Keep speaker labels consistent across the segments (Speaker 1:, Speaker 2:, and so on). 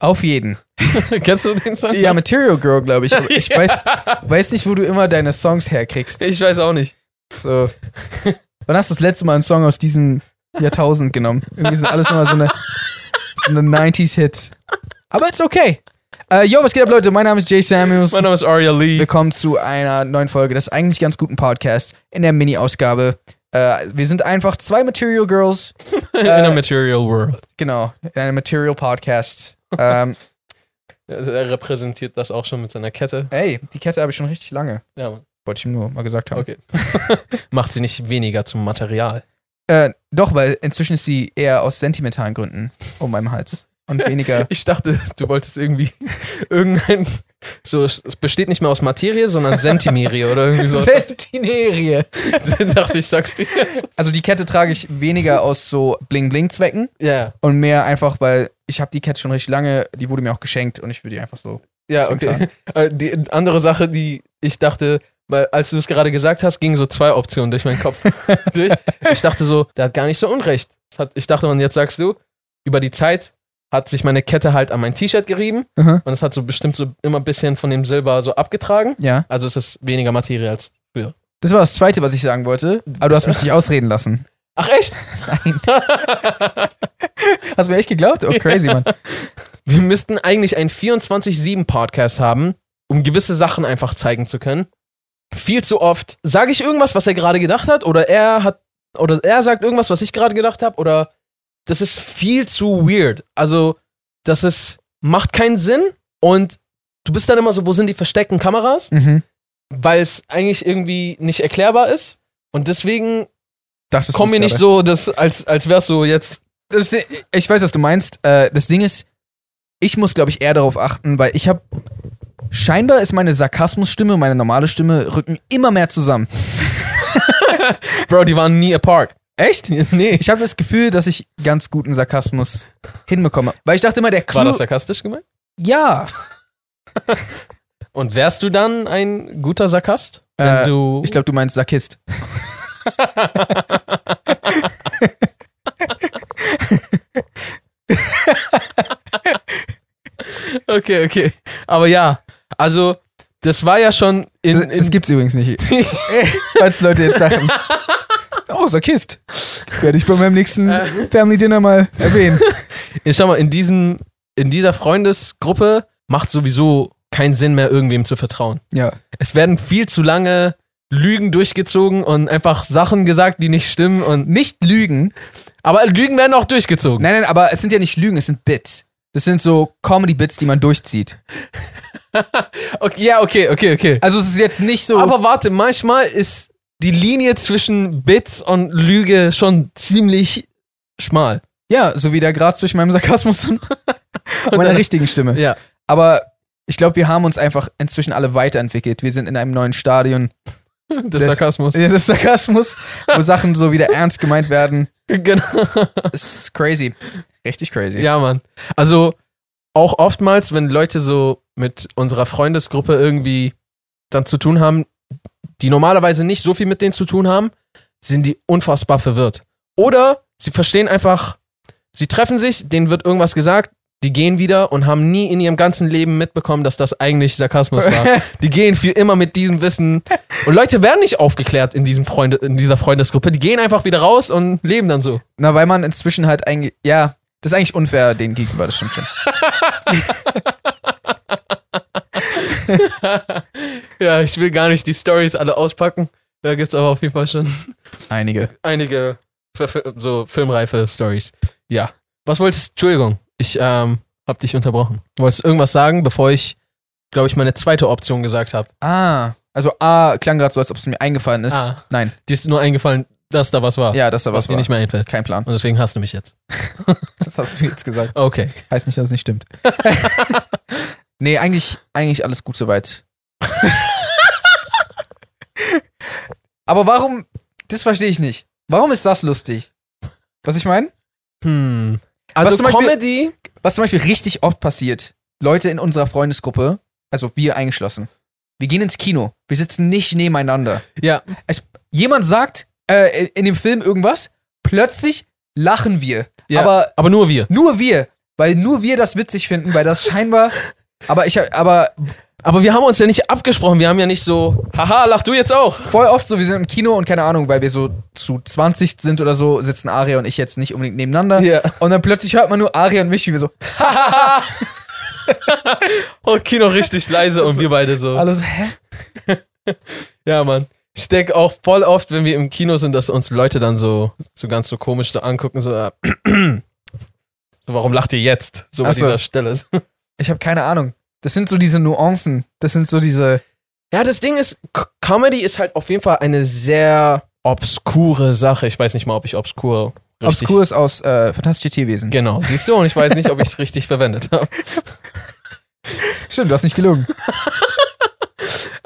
Speaker 1: Auf jeden.
Speaker 2: Kennst du den Song?
Speaker 1: Ja, Material Girl, glaube ich. Aber ich weiß, weiß nicht, wo du immer deine Songs herkriegst.
Speaker 2: Ich weiß auch nicht.
Speaker 1: So. Wann hast du das letzte Mal einen Song aus diesem Jahrtausend genommen? Irgendwie sind alles immer so eine, so eine 90s-Hits. Aber ist okay. Äh, yo, was geht ab, Leute? Mein Name ist Jay Samuels.
Speaker 2: Mein Name ist Aria Lee.
Speaker 1: Willkommen zu einer neuen Folge des eigentlich ganz guten Podcasts in der Mini-Ausgabe. Äh, wir sind einfach zwei Material Girls Äh,
Speaker 2: In a Material World.
Speaker 1: Genau, in einem Material Podcast. ähm,
Speaker 2: Er repräsentiert das auch schon mit seiner Kette.
Speaker 1: ey, die Kette habe ich schon richtig lange.
Speaker 2: Ja, Mann.
Speaker 1: Wollte ich ihm nur mal gesagt haben.
Speaker 2: Okay. Macht sie nicht weniger zum Material.
Speaker 1: Äh, doch, weil inzwischen ist sie eher aus sentimentalen Gründen um meinem Hals. Und weniger.
Speaker 2: Ich dachte, du wolltest irgendwie irgendein. So, es es besteht nicht mehr aus Materie, sondern Sentimirie oder irgendwie so.
Speaker 1: Sentinerie.
Speaker 2: dachte ich, sagst du.
Speaker 1: Also die Kette trage ich weniger aus so Bling-Bling-Zwecken
Speaker 2: Ja,
Speaker 1: und mehr einfach, weil ich habe die Kette schon richtig lange, die wurde mir auch geschenkt und ich würde die einfach so.
Speaker 2: ja,
Speaker 1: Schon
Speaker 2: okay. Äh, Die andere Sache, die ich dachte, weil als du es gerade gesagt hast, gingen so zwei Optionen durch meinen Kopf. durch. Ich dachte so, der hat gar nicht so unrecht. Das hat, ich dachte, und jetzt sagst du, über die Zeit hat sich meine Kette halt an mein T-Shirt gerieben
Speaker 1: Mhm.
Speaker 2: und es hat so bestimmt so immer ein bisschen von dem Silber so abgetragen.
Speaker 1: Ja.
Speaker 2: Also es ist weniger Materie als früher.
Speaker 1: Das war das Zweite, was ich sagen wollte, aber du hast mich nicht ausreden lassen.
Speaker 2: Ach echt?
Speaker 1: Hast du mir echt geglaubt? Oh, crazy, Mann.
Speaker 2: Wir müssten eigentlich einen 24-7-Podcast haben, um gewisse Sachen einfach zeigen zu können. Viel zu oft sage ich irgendwas, was er gerade gedacht hat, oder er hat, oder er sagt irgendwas, was ich gerade gedacht habe, oder das ist viel zu weird. Also, das ist, macht keinen Sinn und du bist dann immer so, wo sind die versteckten Kameras?
Speaker 1: Mhm.
Speaker 2: Weil es eigentlich irgendwie nicht erklärbar ist. Und deswegen
Speaker 1: Dachtest
Speaker 2: kommen wir
Speaker 1: du's
Speaker 2: nicht
Speaker 1: gerade?
Speaker 2: so, dass, als, als wär's so jetzt.
Speaker 1: Das, Ding- ich weiß, was du meinst. Äh, das Ding ist, ich muss, glaube ich, eher darauf achten, weil ich habe. Scheinbar ist meine Sarkasmusstimme, meine normale Stimme, rücken immer mehr zusammen.
Speaker 2: Bro, die waren nie apart. Echt? Nee.
Speaker 1: Ich habe das Gefühl, dass ich ganz guten Sarkasmus hinbekomme. Weil ich dachte immer, der Clou.
Speaker 2: War das sarkastisch gemeint?
Speaker 1: ja.
Speaker 2: Und wärst du dann ein guter Sarkast? Wenn
Speaker 1: Äh,
Speaker 2: du.
Speaker 1: Ich glaube, du meinst Sarkist.
Speaker 2: okay, okay. Aber ja, also, das war ja schon in.
Speaker 1: Das,
Speaker 2: in
Speaker 1: das gibt's übrigens nicht. Falls Leute jetzt dachten. Oh, Sarkist. Werde ich bei meinem nächsten
Speaker 2: Äh.
Speaker 1: Family Dinner mal erwähnen.
Speaker 2: ich schau mal, in, diesem, in dieser Freundesgruppe macht sowieso keinen Sinn mehr, irgendwem zu vertrauen.
Speaker 1: Ja.
Speaker 2: Es werden viel zu lange Lügen durchgezogen und einfach Sachen gesagt, die nicht stimmen. Und,
Speaker 1: Nicht lügen,
Speaker 2: aber Lügen werden auch durchgezogen.
Speaker 1: Nein, nein, aber es sind ja nicht Lügen, es sind Bits. Das sind so Comedy-Bits, die man durchzieht.
Speaker 2: Okay, ja, okay, okay, okay.
Speaker 1: Also es ist jetzt nicht so.
Speaker 2: Aber warte, manchmal ist die Linie zwischen Bits und Lüge schon ziemlich schmal.
Speaker 1: ja, so wie der Grad zwischen meinem Sarkasmus und meiner richtigen Stimme.
Speaker 2: Ja.
Speaker 1: Aber ich glaube, wir haben uns einfach inzwischen alle weiterentwickelt. Wir sind in einem neuen Stadion
Speaker 2: Des
Speaker 1: Des-
Speaker 2: Sarkasmus.
Speaker 1: des Sarkasmus, wo Sachen so wieder ernst gemeint werden.
Speaker 2: Genau.
Speaker 1: Es ist crazy. Richtig crazy.
Speaker 2: Ja, Mann. Also auch oftmals, wenn Leute so mit unserer Freundesgruppe irgendwie dann zu tun haben, die normalerweise nicht so viel mit denen zu tun haben, sind die unfassbar verwirrt. Oder sie verstehen einfach, sie treffen sich, denen wird irgendwas gesagt, die gehen wieder und haben nie in ihrem ganzen Leben mitbekommen, dass das eigentlich Sarkasmus war. die gehen für immer mit diesem Wissen. Und Leute werden nicht aufgeklärt in, diesem Freunde, in dieser Freundesgruppe. Die gehen einfach wieder raus und leben dann so.
Speaker 1: Na, weil man inzwischen halt eigentlich. Ja, das ist eigentlich unfair denen gegenüber, das stimmt schon.
Speaker 2: Ja, ich will gar nicht die Stories alle auspacken. Da gibt's aber auf jeden Fall schon
Speaker 1: Einige.
Speaker 2: einige verf- so filmreife Stories. Ja. Was wolltest du? Entschuldigung, ich ähm, hab dich unterbrochen. Du wolltest irgendwas sagen, bevor ich, glaube ich, meine zweite Option gesagt habe.
Speaker 1: Ah. Also A klang gerade so, als ob es mir eingefallen ist.
Speaker 2: Ah.
Speaker 1: Nein.
Speaker 2: Dir ist nur eingefallen, dass da was war.
Speaker 1: Ja, dass da
Speaker 2: was
Speaker 1: was,
Speaker 2: dir
Speaker 1: war.
Speaker 2: nicht mehr einfällt.
Speaker 1: Kein Plan.
Speaker 2: Und deswegen hasst du mich jetzt.
Speaker 1: Das hast du jetzt gesagt.
Speaker 2: Okay.
Speaker 1: Heißt nicht, dass es nicht stimmt. nee, eigentlich, eigentlich alles gut soweit. Aber warum, das verstehe ich nicht. Warum ist das lustig? Was ich meine?
Speaker 2: Hm.
Speaker 1: Was
Speaker 2: Also
Speaker 1: zum Beispiel-
Speaker 2: Comedy.
Speaker 1: Was zum Beispiel richtig oft passiert, Leute in unserer Freundesgruppe, also wir eingeschlossen, wir gehen ins Kino. Wir sitzen nicht nebeneinander.
Speaker 2: Ja.
Speaker 1: Es, jemand sagt äh, in dem Film irgendwas, plötzlich lachen wir.
Speaker 2: Ja.
Speaker 1: Aber
Speaker 2: Aber nur wir.
Speaker 1: nur wir, weil nur wir das witzig finden, weil das scheinbar. Aber ich, aber
Speaker 2: Aber wir haben uns ja nicht abgesprochen. Wir haben ja nicht so, haha, lach du jetzt auch.
Speaker 1: voll oft so, wir sind im Kino und keine Ahnung, weil wir so zu 20 sind oder so, sitzen Aria und ich jetzt nicht unbedingt nebeneinander.
Speaker 2: Ja.
Speaker 1: Und dann plötzlich hört man nur Aria und mich, wie wir so,
Speaker 2: Und Kino richtig leise und wir beide so.
Speaker 1: alles, hä?
Speaker 2: Ja, Mann. Ich denke auch voll oft, wenn wir im Kino sind, dass uns Leute dann so, so ganz so komisch so angucken, so, äh, so warum lacht ihr jetzt? So bei
Speaker 1: Ach so.
Speaker 2: dieser Stelle.
Speaker 1: Ich habe keine Ahnung. Das sind so diese Nuancen. Das sind so diese.
Speaker 2: Ja, das Ding ist, Co- Comedy ist halt auf jeden Fall eine sehr obskure Sache. Ich weiß nicht mal, ob ich obskur richtig...
Speaker 1: Obskurs aus äh, Fantastische Tierwesen.
Speaker 2: Genau, siehst du? Und ich weiß nicht, ob ich es richtig verwendet habe.
Speaker 1: Stimmt, du hast nicht gelungen.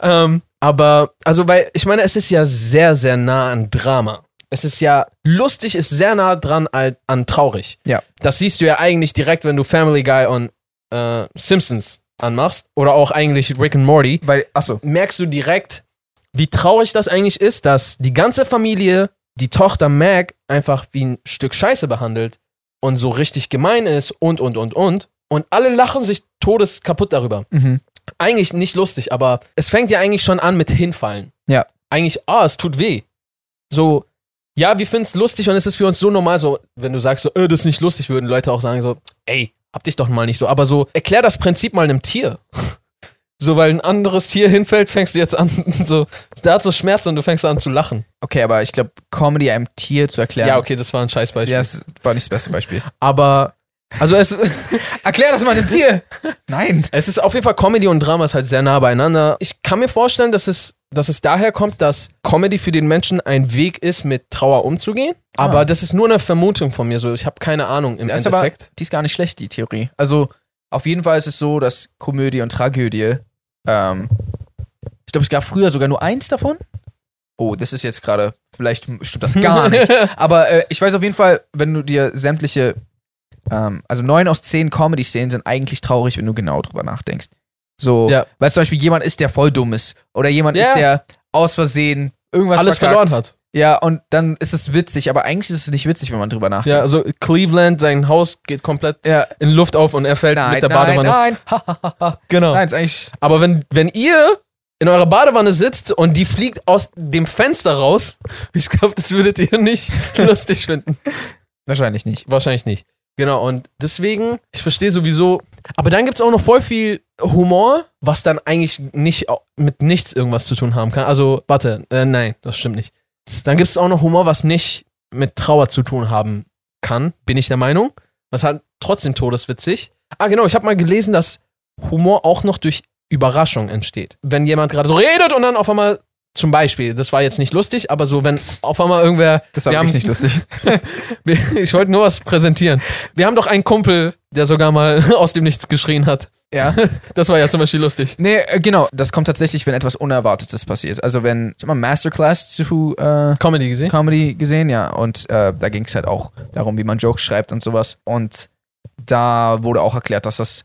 Speaker 2: Ähm, aber, also, weil, ich meine, es ist ja sehr, sehr nah an Drama. Es ist ja, lustig ist sehr nah dran al- an traurig.
Speaker 1: Ja.
Speaker 2: Das siehst du ja eigentlich direkt, wenn du Family Guy und äh, Simpsons anmachst. Oder auch eigentlich Rick and Morty.
Speaker 1: Weil, achso,
Speaker 2: merkst du direkt, wie traurig das eigentlich ist, dass die ganze Familie die Tochter Meg einfach wie ein Stück Scheiße behandelt und so richtig gemein ist und, und, und, und. Und alle lachen sich todes kaputt darüber.
Speaker 1: mhm.
Speaker 2: Eigentlich nicht lustig, aber es fängt ja eigentlich schon an mit Hinfallen.
Speaker 1: Ja.
Speaker 2: Eigentlich, ah, es tut weh. So, ja, wir finden es lustig und es ist für uns so normal, so, wenn du sagst, so, äh, das ist nicht lustig, würden Leute auch sagen, so, ey, hab dich doch mal nicht so. Aber so, erklär das Prinzip mal einem Tier. So, weil ein anderes Tier hinfällt, fängst du jetzt an, so, da hat so Schmerz und du fängst an zu lachen.
Speaker 1: okay, aber ich glaube, Comedy einem Tier zu erklären.
Speaker 2: Ja, okay, das war ein Scheißbeispiel.
Speaker 1: Ja, das war nicht das beste Beispiel.
Speaker 2: Aber, also es,
Speaker 1: Erklär das mal dem Tier! Nein!
Speaker 2: Es ist auf jeden Fall Comedy und Drama ist halt sehr nah beieinander. Ich kann mir vorstellen, dass es, dass es daher kommt, dass Comedy für den Menschen ein Weg ist, mit Trauer umzugehen. Aber
Speaker 1: Ah.
Speaker 2: das ist nur eine Vermutung von mir. So, ich habe keine Ahnung im
Speaker 1: Das ist aber,
Speaker 2: Endeffekt.
Speaker 1: die ist gar nicht schlecht, die Theorie. Also, auf jeden Fall ist es so, dass Komödie und Tragödie, ähm, ich glaube, es gab früher sogar nur eins davon. Oh, das ist jetzt gerade, vielleicht stimmt das gar nicht. Aber äh, ich weiß auf jeden Fall, wenn du dir sämtliche, ähm, also neun aus zehn Comedy-Szenen sind eigentlich traurig, wenn du genau drüber nachdenkst. So,
Speaker 2: Ja.
Speaker 1: weil es zum Beispiel jemand ist, der voll dumm ist. Oder jemand
Speaker 2: Ja.
Speaker 1: ist, der aus Versehen irgendwas
Speaker 2: Alles
Speaker 1: verkackt.
Speaker 2: verloren hat.
Speaker 1: Ja, und dann ist es witzig, aber eigentlich ist es nicht witzig, wenn man drüber nachdenkt.
Speaker 2: Ja, also Cleveland, sein Haus geht komplett
Speaker 1: Ja.
Speaker 2: in Luft auf und er fällt
Speaker 1: Nein,
Speaker 2: mit der
Speaker 1: nein,
Speaker 2: Badewanne.
Speaker 1: nein,
Speaker 2: Genau.
Speaker 1: nein, ist eigentlich.
Speaker 2: Aber wenn, wenn ihr in eurer Badewanne sitzt und die fliegt aus dem Fenster raus, ich glaube, das würdet ihr nicht lustig finden.
Speaker 1: Wahrscheinlich nicht.
Speaker 2: Wahrscheinlich nicht. Genau, und deswegen, ich verstehe sowieso. Aber dann gibt es auch noch voll viel Humor, was dann eigentlich nicht au- mit nichts irgendwas zu tun haben kann. Also, warte, äh, nein, das stimmt nicht. Dann gibt es auch noch Humor, was nicht mit Trauer zu tun haben kann, bin ich der Meinung. Was halt trotzdem todeswitzig. Ah, genau, ich habe mal gelesen, dass Humor auch noch durch Überraschung entsteht. Wenn jemand gerade so redet und dann auf einmal, zum Beispiel, das war jetzt nicht lustig, aber so, wenn auf einmal irgendwer
Speaker 1: Das war
Speaker 2: Wir
Speaker 1: wirklich
Speaker 2: haben-
Speaker 1: nicht lustig.
Speaker 2: wir- Ich wollte nur was präsentieren. Wir haben doch einen Kumpel, der sogar mal aus dem Nichts geschrien hat.
Speaker 1: Ja.
Speaker 2: Das war ja zum Beispiel lustig.
Speaker 1: Nee, äh, genau. Das kommt tatsächlich, wenn etwas Unerwartetes passiert. Also, wenn. Ich habe mal Masterclass zu äh,
Speaker 2: Comedy gesehen?
Speaker 1: Comedy gesehen, ja. Und äh, da ging es halt auch darum, wie man Jokes schreibt und sowas. Und da wurde auch erklärt, dass das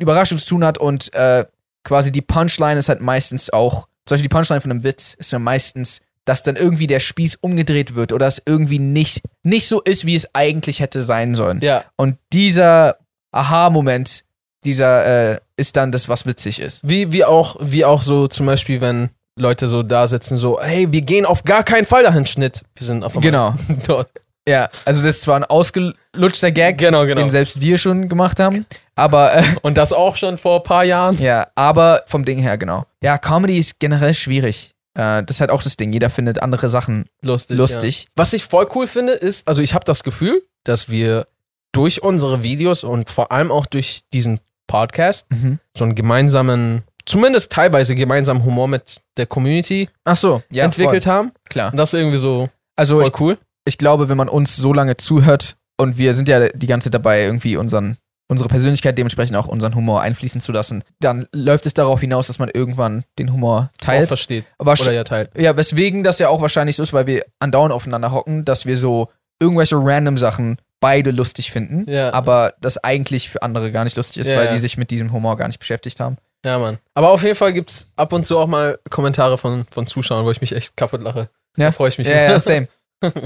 Speaker 1: Überraschung zu tun hat und äh, quasi die Punchline ist halt meistens auch. Zum Beispiel die Punchline von einem Witz ist ja meistens, dass dann irgendwie der Spieß umgedreht wird oder es irgendwie nicht, nicht so ist, wie es eigentlich hätte sein sollen.
Speaker 2: Ja.
Speaker 1: Und dieser Aha-Moment, dieser äh, ist dann das, was witzig ist.
Speaker 2: Wie, wie, auch, wie auch so zum Beispiel, wenn Leute so da sitzen, so, hey, wir gehen auf gar keinen Fall dahin, Schnitt. Wir sind auf einmal
Speaker 1: Genau.
Speaker 2: dort.
Speaker 1: Ja, also das war ein ausgelutschter Gag,
Speaker 2: Genau, genau.
Speaker 1: den selbst wir schon gemacht haben. Aber äh,
Speaker 2: Und das auch schon vor ein paar Jahren.
Speaker 1: ja, aber vom Ding her, genau. Ja, Comedy ist generell schwierig. Äh, das ist halt auch das Ding. Jeder findet andere Sachen
Speaker 2: Lustig. Ja.
Speaker 1: lustig.
Speaker 2: Was ich voll cool finde, ist, also ich habe das Gefühl, dass wir durch unsere Videos und vor allem auch durch diesen Podcast
Speaker 1: Mhm.
Speaker 2: so einen gemeinsamen, zumindest teilweise gemeinsamen Humor mit der Community
Speaker 1: Ach so, ja,
Speaker 2: entwickelt
Speaker 1: voll,
Speaker 2: haben.
Speaker 1: klar.
Speaker 2: Und das ist irgendwie so
Speaker 1: Also
Speaker 2: voll
Speaker 1: ich,
Speaker 2: cool.
Speaker 1: ich glaube, wenn man uns so lange zuhört und wir sind ja die ganze Zeit dabei, irgendwie unseren, unsere Persönlichkeit dementsprechend auch unseren Humor einfließen zu lassen, dann läuft es darauf hinaus, dass man irgendwann den Humor
Speaker 2: Auch
Speaker 1: teilt.
Speaker 2: versteht.
Speaker 1: Aber
Speaker 2: Oder ja, teilt.
Speaker 1: Ja, weswegen das ja auch wahrscheinlich so ist, weil wir andauernd aufeinander hocken, dass wir so irgendwelche random Sachen beide lustig finden,
Speaker 2: Ja.
Speaker 1: aber das eigentlich für andere gar nicht lustig ist,
Speaker 2: Ja,
Speaker 1: weil
Speaker 2: ja.
Speaker 1: die sich mit diesem Humor gar nicht beschäftigt haben.
Speaker 2: Ja, Mann. Aber auf jeden Fall gibt's ab und zu auch mal Kommentare von, von Zuschauern, wo ich mich echt kaputt lache.
Speaker 1: Ja.
Speaker 2: Da freue ich mich.
Speaker 1: Ja, ja, same.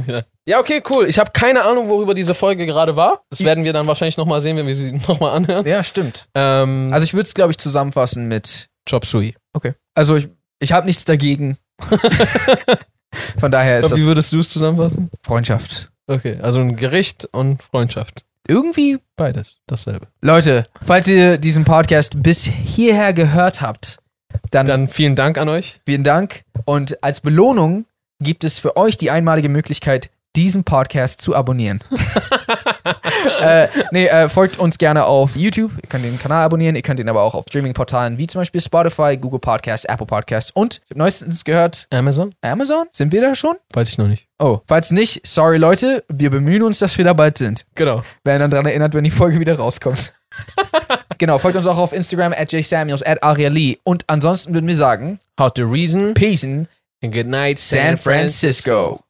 Speaker 2: Ja. ja, okay, cool. Ich habe keine Ahnung, worüber diese Folge gerade war. Das
Speaker 1: Ich-
Speaker 2: werden wir dann wahrscheinlich nochmal sehen, wenn wir sie nochmal anhören.
Speaker 1: Ja, stimmt.
Speaker 2: Ähm,
Speaker 1: Also ich würde es, glaube ich, zusammenfassen mit,
Speaker 2: Chop Suey.
Speaker 1: also ich, ich habe nichts dagegen. Von daher ist
Speaker 2: Wie
Speaker 1: das
Speaker 2: würdest du es zusammenfassen?
Speaker 1: Freundschaft.
Speaker 2: Okay, also ein Gericht und Freundschaft.
Speaker 1: Irgendwie,
Speaker 2: Beides, dasselbe.
Speaker 1: Leute, falls ihr diesen Podcast bis hierher gehört habt, dann
Speaker 2: Dann vielen Dank an euch.
Speaker 1: Vielen Dank. Und als Belohnung gibt es für euch die einmalige Möglichkeit, diesen Podcast zu abonnieren. äh, nee, äh, folgt uns gerne auf YouTube. Ihr könnt den Kanal abonnieren. Ihr könnt ihn aber auch auf Streaming-Portalen wie zum Beispiel Spotify, Google Podcasts, Apple Podcasts und ich habe neuestens gehört,
Speaker 2: Amazon?
Speaker 1: Amazon? Sind wir da schon?
Speaker 2: Weiß ich noch nicht.
Speaker 1: Oh, falls nicht, sorry Leute, wir bemühen uns, dass wir da bald sind.
Speaker 2: Genau.
Speaker 1: Werden dann daran erinnert, wenn die Folge wieder rauskommt. genau, folgt uns auch auf Instagram at jsamuels, at arialee. Und ansonsten würden wir sagen,
Speaker 2: How to reason
Speaker 1: Peace in
Speaker 2: and good night,
Speaker 1: San Francisco.